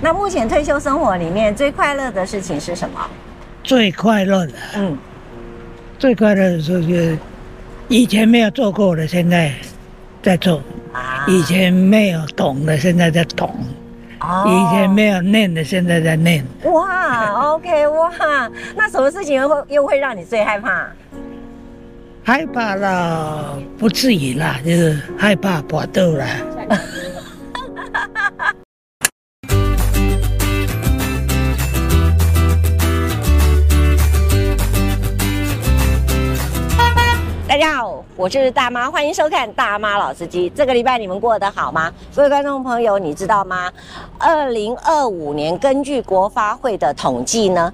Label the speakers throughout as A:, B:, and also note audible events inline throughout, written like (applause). A: 那目前退休生活里面最快乐的事情是什么？
B: 最快乐的，
A: 嗯，
B: 最快乐的就是以前没有做过的，现在在做；
A: 啊
B: 以前没有懂的，现在在懂；
A: 哦
B: 以前没有念的，现在在念。
A: 哇，OK 哇，那什么事情又会又会让你最害怕？
B: 害怕啦，不至于啦，就是害怕搏斗啦。
A: 大家好，我是大妈，欢迎收看《大妈老司机》。这个礼拜你们过得好吗？各位观众朋友，你知道吗？二零二五年根据国发会的统计呢，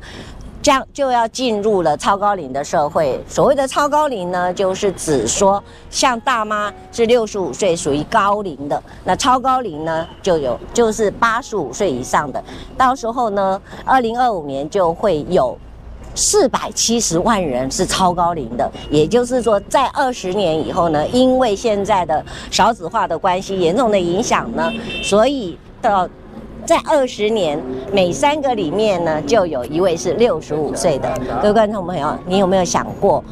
A: 将就要进入了超高龄的社会。所谓的超高龄呢，就是指说像大妈是六十五岁属于高龄的，那超高龄呢就有就是八十五岁以上的。到时候呢，二零二五年就会有四百七十万人是超高龄的，也就是说，在二十年以后呢，因为现在的少子化的关系严重的影响呢，所以到在二十年每三个里面呢，就有一位是六十五岁的。各位观众朋友，你有没有想过？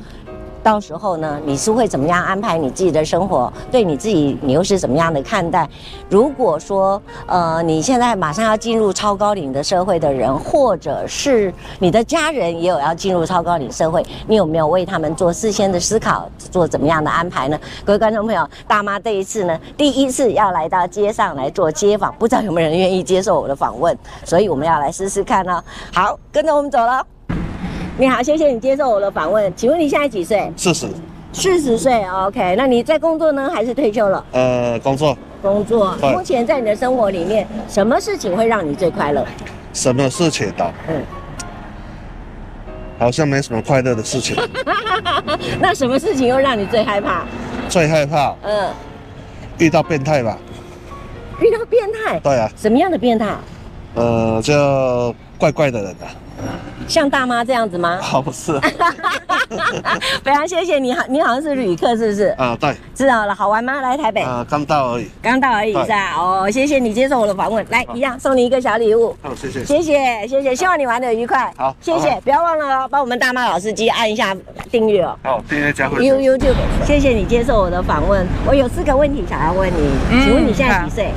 A: 到时候呢，你是会怎么样安排你自己的生活？对你自己，你又是怎么样的看待？如果说，呃，你现在马上要进入超高龄的社会的人，或者是你的家人也有要进入超高龄社会，你有没有为他们做事先的思考，做怎么样的安排呢？各位观众朋友，大妈这一次呢，第一次要来到街上来做街访，不知道有没有人愿意接受我的访问，所以我们要来试试看哦。好，跟着我们走了。你好，谢谢你接受我的访问。请问你现在几岁？
C: 四十，
A: 四十岁，OK。那你在工作呢，还是退休了？
C: 呃，工作
A: 工作。
C: 对
A: 目前在你的生活里面，什么事情会让你最快乐？
C: 什么事情的？
A: 嗯，
C: 好像没什么快乐的事情。 (laughs)
A: 那什么事情又让你最害怕？
C: 最害怕
A: 嗯，
C: 遇到变态吧？
A: 遇到变态。
C: 对啊，
A: 什么样的变态？
C: 呃，就怪怪的人啊。
A: 像大妈这样子
C: (laughs)
A: 吗？ (laughs)
C: 好，不是啊
A: 非常谢谢你，好，你好像是旅客是不是？
C: 啊，对
A: 知道了，好玩吗？来台北，
C: 啊，哎刚到而已。
A: 刚到而已是吧？哦，谢谢你接受我的访问，来
C: 好
A: 一样送你一个小礼物。
C: 好，谢谢。
A: 谢谢谢谢，希望你玩的愉快。
C: 好
A: 谢
C: 拜
A: 谢，不要忘了哦，帮我们大妈老司机按一下订阅哦。
C: 好，今天加回
A: You YouTube，谢谢你接受我的访问。我有四个问题想要问你，
D: 嗯
A: 请问你现在几岁？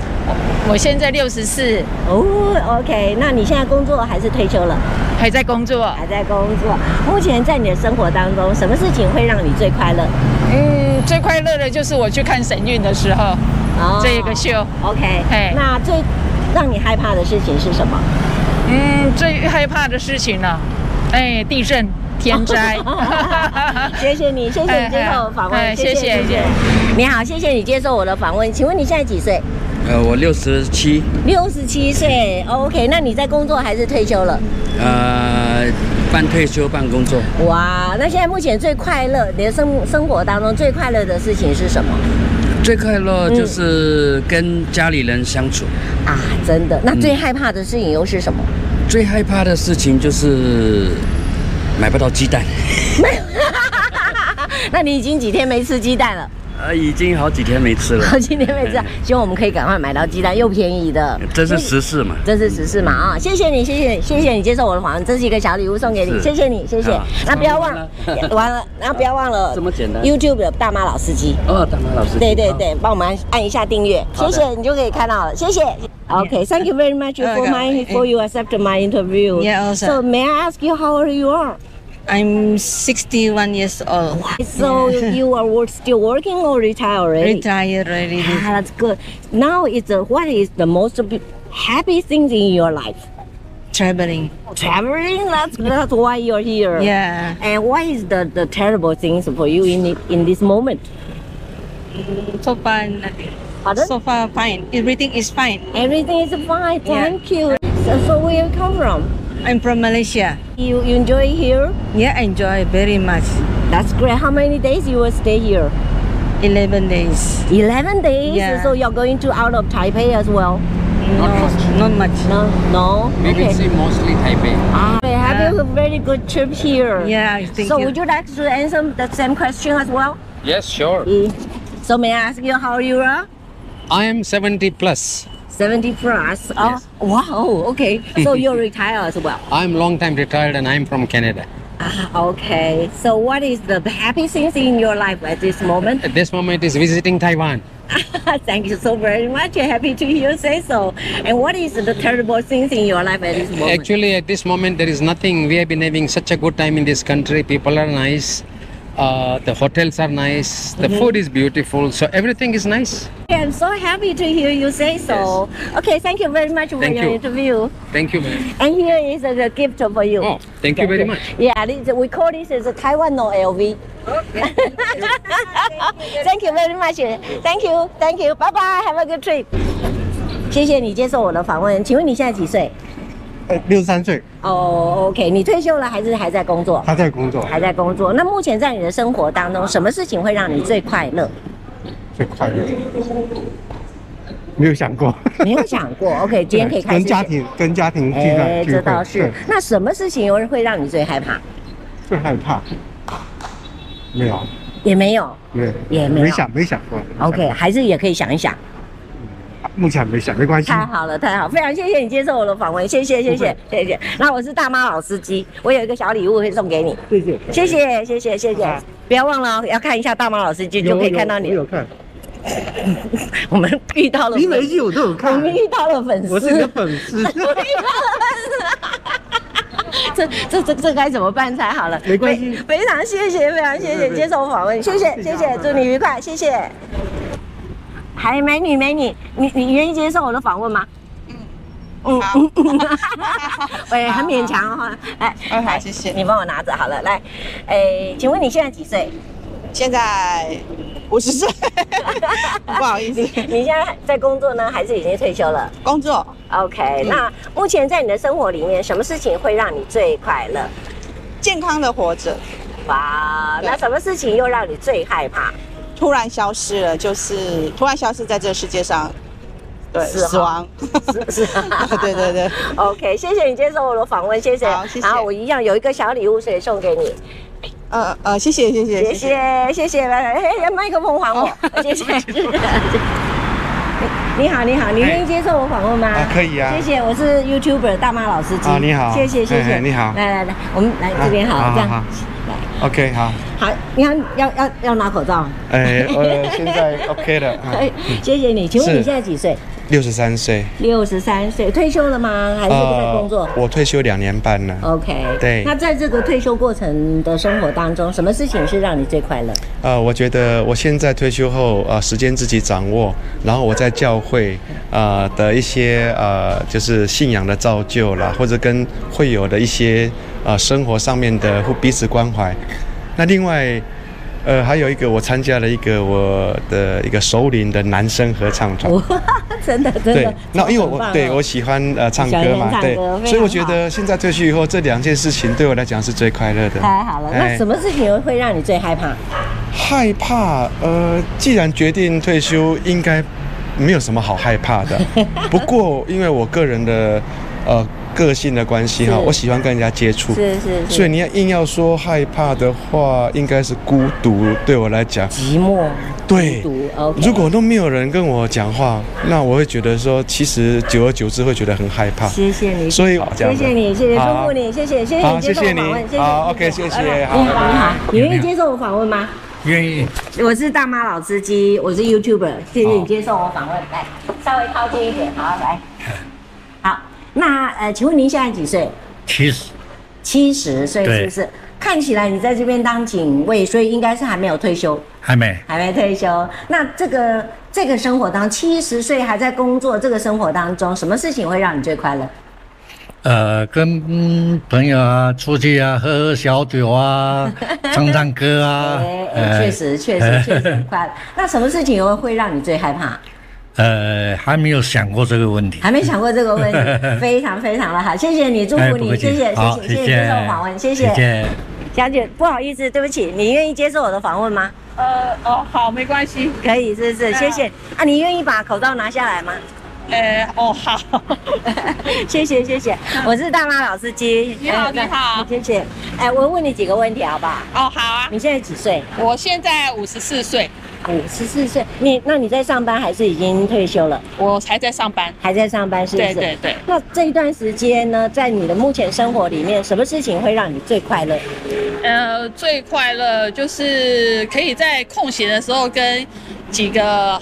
D: 我现在六十四，
A: 哦，OK，那你现在工作还是退休了？
D: 还在工作。
A: 还在工作。目前在你的生活当中，什么事情会让你最快乐？
D: 嗯，最快乐的就是我去看神韵的时候，
A: 哦
D: 这一个秀。
A: OK，
D: 嘿
A: 那最让你害怕的事情是什么？
D: 嗯，最害怕的事情呢、哎，地震、天 (laughs) 灾。
A: (laughs) 谢谢你，谢谢你接受我的访
D: 哎
A: 问，
D: 哎谢谢谢谢。
A: 你好，谢谢你接受我的访问。请问你现在几岁？
E: 呃，我六十七，
A: 六十七岁。OK，那你在工作还是退休了？
E: 呃，半退休半工作，
A: 哇，那现在目前最快乐，你的生生活当中最快乐的事情是什么
E: 最快乐就是跟家里人相处。
A: 啊？真的，
E: 嗯
A: 那最害怕的事情又是什么？
E: 最害怕的事情就是买不到鸡蛋，
A: 那你已经几天没吃鸡蛋了？，
E: 呃，已经好几天没吃了
A: 今天没吃，希望我们可以赶快买到鸡蛋，又便宜的。
E: 这是实事嘛。
A: 这是实事嘛啊！谢谢你，谢谢你，谢谢你接受我的访问，这是一个小礼物送给你，
E: 是
A: 谢谢你，谢谢
E: 啊。
A: 那不要忘了，
E: 完了
A: 完了，那不要忘了，
E: (laughs) 这么简单
A: YouTube 的大妈老司机，
E: 哦，大妈老师，
A: 对对对，帮我们按按一下订阅，谢
E: 好的
A: 谢，你就可以看到了，谢谢。Okay, thank you very much for my for you accept my interview.
F: Yeah, also.
A: So may I ask you how old you are?
F: I'm 61 years old.
A: So you are wor- still working or retired already?
F: Retired already.
A: Ah, that's good. Now it's uh, what is the most be- happy thing in your life?
F: Traveling.
A: Traveling. That's that's why you're here.
F: Yeah.
A: And what is the, the terrible things for you in it- in this moment?
F: So far, nothing.
A: Pardon?
F: So far, fine. Everything is fine.
A: Everything is fine.
F: Yeah.
A: Thank you. So, so where you come from?
F: I'm from Malaysia.
A: You you enjoy here?
F: Yeah, I enjoy very much.
A: That's great. How many days you will stay here?
F: 11 days.
A: Eleven days.
F: Yeah.
A: So you're going to out of Taipei as well?
F: No, not much.
A: No, no.
E: Maybe see mostly Taipei.
A: Ah, we have you a very good trip here.
F: Yeah, I think
A: So
F: you-
A: would you like to answer the same question as well? E.
E: Yes, sure.
A: Yeah. So may I ask you how you are?
E: I am seventy plus.
A: Seventy plus. Oh,
G: Yes.
A: wow. Okay.
F: (laughs)
A: So you retire as well.
G: I'm long time retired and I'm from Canada.
A: Ah, okay. So what is the happy things in your life at this moment? (laughs)
G: At this moment is visiting Taiwan.
A: Thank you so very much. Happy to hear you say so. And what is the terrible things in your life at this moment?
G: Actually, at this moment there is nothing. We have been having such a good time in this country. People are nice. Uh, the hotels are nice. The food is beautiful. So everything is nice.
A: I'm so happy to hear you say so. Okay, thank you very much for
G: Thank
A: your
G: you.
A: interview.
G: Thank you, ma'am.
A: And here is the gift for you.
G: Oh, thank you very much.
A: Yeah, this, we call this is a Taiwan no LV. Okay. (laughs) thank you very much. Thank you, thank you. Bye bye. Have a good trip. 谢谢你接受我的访问。请问你现在几岁？
C: 哎
H: 呃，六十三岁，
A: 哦、o k 你退休了还是还在工作？
H: 他在
C: (laughs)
H: 工作，
A: 还在工作。那目前在你的生活当中，什么事情会让你最快乐？
H: 最快乐，没有想过。
A: 没有想 (laughs) 过。OK，今天可以开始
H: 跟家庭跟家庭聚
A: 哎，
H: 在聚
A: 这
H: 会，嗯
A: 倒是
H: 对。
A: 那什么事情又会让你最害怕？
H: 最害怕，没有啊
A: 也没有
H: 没有
A: 也没有
H: 没想没想过。
A: ，OK，还是也可以想一
H: 嗯
A: 想。
H: 目前没想，没关系。
A: 太好了，太好，非常谢谢你接受我的访问，谢谢，谢谢，谢谢。那我是大妈老司机，我有一个小礼物会送给你，
H: 谢谢，
A: 谢谢，谢谢，谢谢
H: 好。
A: 不要忘了哦，要看一下大妈老司机就
H: 有
A: 可以看到你
H: 有
A: 了。
H: 我有看，
A: (laughs) 我们遇到了粉，
H: 你每一集我都有
A: 我
H: 看，
A: 们遇到了粉丝，
H: 我是你的粉丝，
A: (laughs) 这这这这该怎么办才好了？
H: 没关系
A: 非，非常谢谢，非常谢谢接受我访问，谢谢谢谢，祝你愉快，谢谢。嗨，美女美女，你你愿意接受我的访问吗？嗯嗯嗯， (laughs) 喂，很勉强哈、哦，来，
I: 嗯，好，
A: 来
I: 谢谢。
A: 你帮我拿着好了，来，哎，请问你现在几岁？
I: 现在五十 (laughs) 岁，不好意思，
A: 你现在在工作呢，还是已经退休了
I: 工作
A: ？OK，、
I: 嗯
A: 那目前在你的生活里面，什么事情会让你最快乐？
I: 健康的活着，
A: 哇，
I: 对
A: 那什么事情又让你最害怕？
I: 突然消失了，就是突然消失在这个世界上，对，
A: 是哈
I: 死亡，
H: (laughs)
A: 是
I: (laughs) 对对对，
A: OK，谢谢你接受我的访问，谢谢。
I: 好谢谢
A: 然后我一样有一个小礼物，所以送给你，
I: 呃呃，谢谢谢谢
A: 谢谢谢谢。哎，麦克风还我，(laughs)
H: 哦
A: 谢谢。你好，你好，你愿意接受我访问吗？
H: 啊可以啊
A: 谢谢，我是 YouTuber 大妈老司机。
H: 啊你好
A: 谢谢谢
H: 哎
A: 谢。
H: 哎你好
A: 来来来，我们来这边好，
H: 啊
A: 这样
H: 好，OK，好，
A: 好。你要要要要拿口罩。
H: 哎， (laughs) 呃，现在
A: (laughs)
H: OK 了，啊
A: 哎，谢谢你。请问你
H: 是
A: 现在几岁？
H: 六十三岁，呃
A: 六十三岁，退休了吗？还是在工作？
H: 我退休两年半了。
A: OK，
H: 对
A: 那在这个退休过程的生活当中，什么事情是让你最快乐？
H: 呃，我觉得我现在退休后，呃，时间自己掌握，然后我在教会，呃的一些呃，就是信仰的造就啦，或者跟会友的一些呃生活上面的互彼此关怀。那另外，呃，还有一个我参加了一个我的一个首领的男生合唱团。
A: 真的，真
H: 对
A: 的。，
H: 那因为我
A: 哦很棒哦
H: 对我喜欢呃唱
A: 喜
H: 歌
A: 欢
H: 嘛，
A: 唱
H: 对
A: 歌，非
H: 所以我
A: 常
H: 觉
A: 好
H: 得现在退休以后，这两件事情对我来讲是最快乐的。
A: 太好了。那
H: 哎
A: 什么事情会让你最害怕？
H: 害怕，呃，既然决定退休，应该没有什么好害怕 (laughs) 的。不过，因为我个人的呃个性的关系哈，
A: 是
H: 我喜欢跟人家接触，
A: 是是
H: 所
A: 是，
H: 以你要硬要说害怕的话，应该是孤独。对我来讲，
A: 寂寞、
H: 对
A: 孤独。OK，
H: 如果都没有人跟我讲话，那我会觉得说，其实久而久之会觉得很害怕。
A: 谢谢你，
H: 所以这
A: 谢
H: 样子
A: 谢你，谢谢祝
H: 好
A: 福你，谢谢谢谢
H: 好
A: 你接受
H: 谢
A: 我
H: 谢你
A: 访问，谢谢。
H: 好，OK，谢谢
A: 拜拜
H: 好
A: 你好，你好，你愿意接受我访问吗？
J: 愿意。
A: 我是大妈老司机，我是 YouTuber，谢谢你接受我访问，来，稍微靠近一点，好，来，好，那呃，请问您现在几岁？
J: 其实
A: 七十岁是不是？看起来你在这边当警卫，所以应该是还没有退休，
J: 还没，
A: 还没退休。那这个这个生活当七十岁还在工作，这个生活当中，什么事情会让你最快乐？
J: 呃，跟、嗯朋友啊出去啊，喝喝小酒啊，唱唱歌
A: (laughs)
J: 啊
A: 哎，哎，
J: 呃
A: 确实确实确
J: (laughs)
A: 实很快乐。那什么事情会让你最害怕？
J: 呃，还没有想过这个问题。
A: 还没想过这个
J: (laughs)
A: 问题，非常非常的好，谢谢你，祝
J: 哎
A: 福
J: 不
A: 你，
J: 客气
A: 谢谢
J: 好，
A: 谢谢谢谢接受访问，谢
J: 谢
A: 谢
J: 谢。
A: 小姐，不好意思，对不起，你愿意接受我的访问吗？
D: 呃，哦，好，没关系。
A: 可以，是不是？谢谢啊，你愿意把口罩拿下来吗？ (laughs)
D: 呃，哦，好。 (laughs)
A: 谢谢谢谢，我是大妈老司机。
D: 嗯你好
A: 哎
D: 你好
A: 谢谢。哎，我问你几个问题好不好？
D: 哦，好啊。
A: 你现在几岁？
D: 我现在五十四岁，
A: 五十四岁，你那你在上班还是已经退休了？
K: 我还在上班。
A: 还在上班是不是？
K: 对对对。
A: 那这一段时间呢，在你的目前生活里面，什么事情会让你最快乐？
K: 呃，最快乐就是可以在空闲的时候跟几个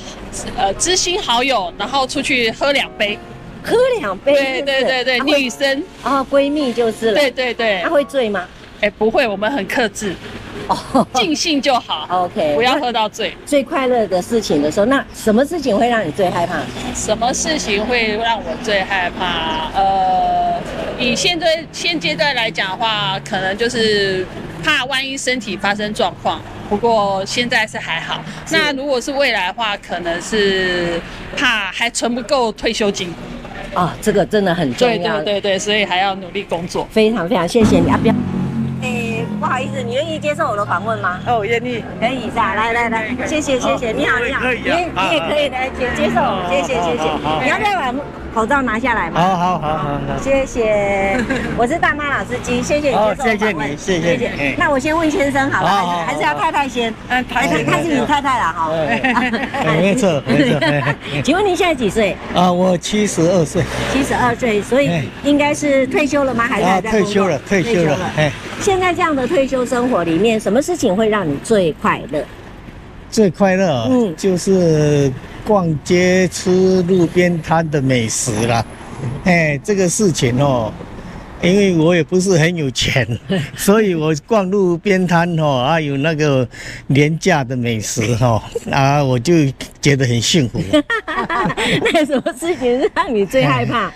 K: 呃知心好友，然后出去喝两杯。
A: 喝两杯是
K: 对
A: 不是
K: 对对对，
A: 啊会
K: 女生
A: 啊，闺蜜就是了。
K: 对对对。
A: 那会醉吗？哦
K: 哎，不会，我们很克制，尽兴就好。
A: OK，
K: 不要喝到醉。
A: 最快乐的事情的时候，那什么事情会让你最害怕？
K: 什么事情会让我最害怕？呃，以现在现阶段来讲的话，可能就是怕万一身体发生状况。不过现在是还好。那如果是未来的话，可能是怕还存不够退休金。
A: 啊，这个真的很重
K: 对
A: 要。
K: 对对对，所以还要努力工作。
A: 非常非常谢谢你啊！不要，哎，不好意思，你愿意接受我的访问吗？
L: 哦，愿意。
A: 可以是吧？来来来，谢谢谢谢，你好你好，
L: 可
A: 你
L: 以啊
A: 也你也可以来接接受
L: 好好，
A: 谢谢谢
L: 好好好
A: 谢。你要再把口罩拿下来吗？
L: 好好好好好。
A: 谢谢，我是大妈老司机，谢谢你接受我
L: 哦，
A: 访
L: 谢
A: 问
L: 谢你，谢谢你。哎
A: 那我先问先生好了，
L: 好好
A: 还是
L: 好哎
A: 还是要太太先？
I: 啊
A: 嗯，
L: 太太
A: 她是你太太了哈。
L: 哎没
A: (laughs)
L: 错没错。哎
A: 请问您现在几岁？
L: 啊，我七十二岁，
A: 七十二岁，所以
L: 哎
A: 应该是退休了吗？还是还
L: 啊，
A: 哎在工
L: 退
A: 作
L: 休了，退休了。哎，
A: 现在这样的退休生活里面，什么事情会让你最快乐？
L: 最快乐，嗯，就是逛街吃路边摊的美食啦。哎，这个事情哦，因为我也不是很有钱，
A: (laughs)
L: 所以我逛路边摊哦，啊，有那个廉价的美食哦，啊，我就觉得很幸
A: (laughs)
L: 福。
A: (laughs) 那有什么事情是让你最害怕？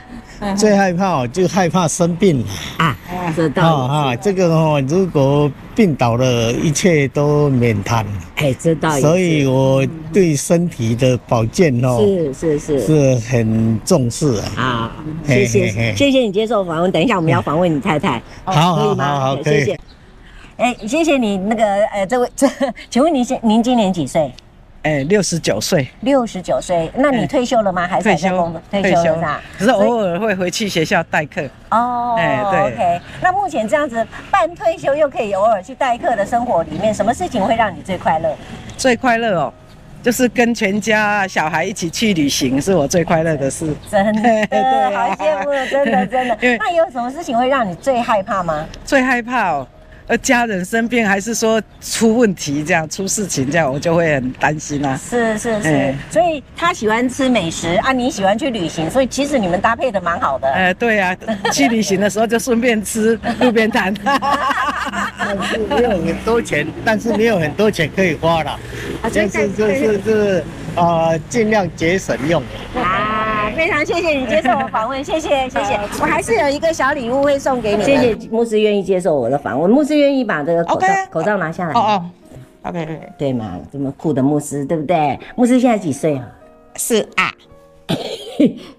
L: 最害怕哦，就害怕生病
A: 啊，知
L: 道啊啊，这个哎哦，如果病倒了，一切都免谈。
A: 哎，知道也是
L: 所以我对身体的保健哦，
A: 是是是
L: 是很重视啊。
A: 啊，谢谢谢谢你接受访问，等一下我们要访问你太太，
L: 好好
A: 可以吗
L: 好好可以
A: 谢谢。哎，谢谢你那个呃，这位这， (laughs) 请问您现您今年几岁？
M: 哎，六十九岁，
A: 六十九岁，那你
M: 哎
A: 退休了吗？还是还在工作？退休了是吧？
M: 可是偶尔会回去学校代课。
A: 哦，
M: 哎对
A: OK，那目前这样子半退休又可以偶尔去代课的生活里面，什么事情会让你最快乐？
M: 最快乐哦，就是跟全家小孩一起去旅行，是我最快乐的事。
A: 真的，
M: 对啊
A: 好羡慕，真的真的。那有什么事情会让你最害怕吗？
M: 最害怕哦，呃，家人生病还是说出问题这样出事情这样，我就会很担心啊。
A: 是是是
M: 哎，
A: 所以他喜欢吃美食啊，你喜欢去旅行，所以其实你们搭配的蛮好的。
M: 呃，对
A: (laughs)
M: 啊，去旅行的时候就顺便吃路边摊。
L: 没有很多钱，但是没有很多钱可以花了，
A: 啊
L: 就是就是就是啊，尽量节省用。
A: 啊，非常谢谢你接受我访问，谢谢谢谢，我还是有一个小礼物会送给你。谢谢牧师愿意接受我的访问，牧师愿意把这个口罩口罩拿下来。哦哦，OK，对嘛，这么酷的牧师，对不对？牧师现在几岁啊？
I: 是啊，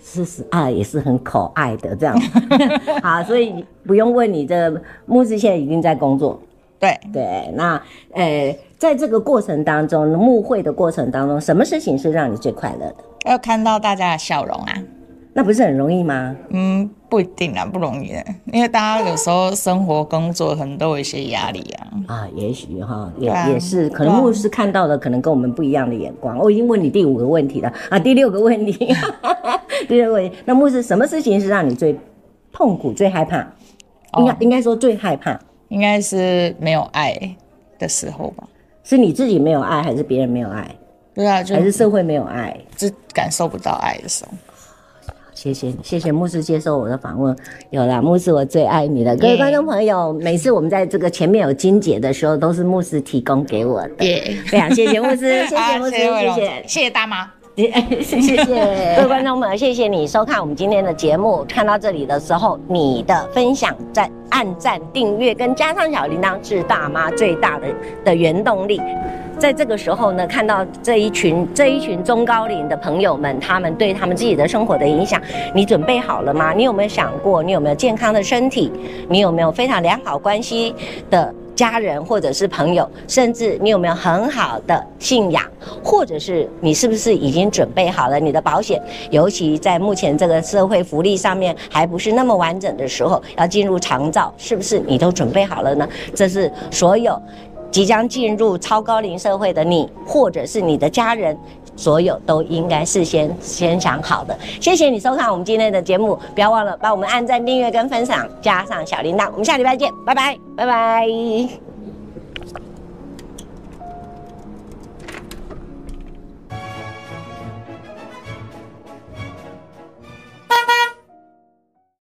A: 四十二啊也是很可爱的这样。 (laughs) 好，所以不用问你的牧师现在已经在工作。
I: 对
A: 对，那呃，在这个过程当中，牧会的过程当中，什么事情是让你最快乐的？
I: 要看到大家的笑容啊。
A: 那不是很容易吗？
I: 嗯，不一定啊，不容易的，因为大家有时候生活、工作可能都有一些压力啊。
A: 啊，也许哈，也
I: 对啊
A: 也是，可
I: 对
A: 能
I: 啊
A: 牧师看到的可能跟我们不一样的眼光。哦我已经问你第五个问题了啊，第六个问题， (laughs) 第六个问题，那牧师什么事情是让你最痛苦、最害怕？应该、应该说最害怕，
I: 哦应该是没有爱的时候吧？
A: 是你自己没有爱，还是别人没有爱，
I: 对啊，就
A: 还是社会没有爱？
I: 就感受不到爱的时候。
A: 谢谢你谢谢牧师接受我的访问。有啦，牧师我最爱你了。各位观众朋友，每次我们在这个前面有金姐的时候，都是牧师提供给我
I: (laughs)
A: 的。非常谢谢牧师，谢
I: 啊
A: 谢牧师，
I: 谢谢魏
A: 谢
I: 荣
A: 谢。
I: 谢谢大妈。
A: 谢谢各位观众们，谢谢你收看我们今天的节目。看到这里的时候，你的分享、赞、按赞、订阅跟加上小铃铛是大妈最大的的原动力。在这个时候呢，看到这一群这一群中高龄的朋友们，他们对他们自己的生活的影响，你准备好了吗？你有没有想过，你有没有健康的身体？你有没有非常良好关系的家人或者是朋友，甚至你有没有很好的信仰，或者是你是不是已经准备好了你的保险？尤其在目前这个社会福利上面还不是那么完整的时候，要进入长照，是不是你都准备好了呢？这是所有。即将进入超高龄社会的你，或者是你的家人，所有都应该事先先想好的。谢谢你收看我们今天的节目，不要忘了帮我们按赞、订阅跟分享，加上小铃铛。我们下礼拜见，拜拜，拜拜。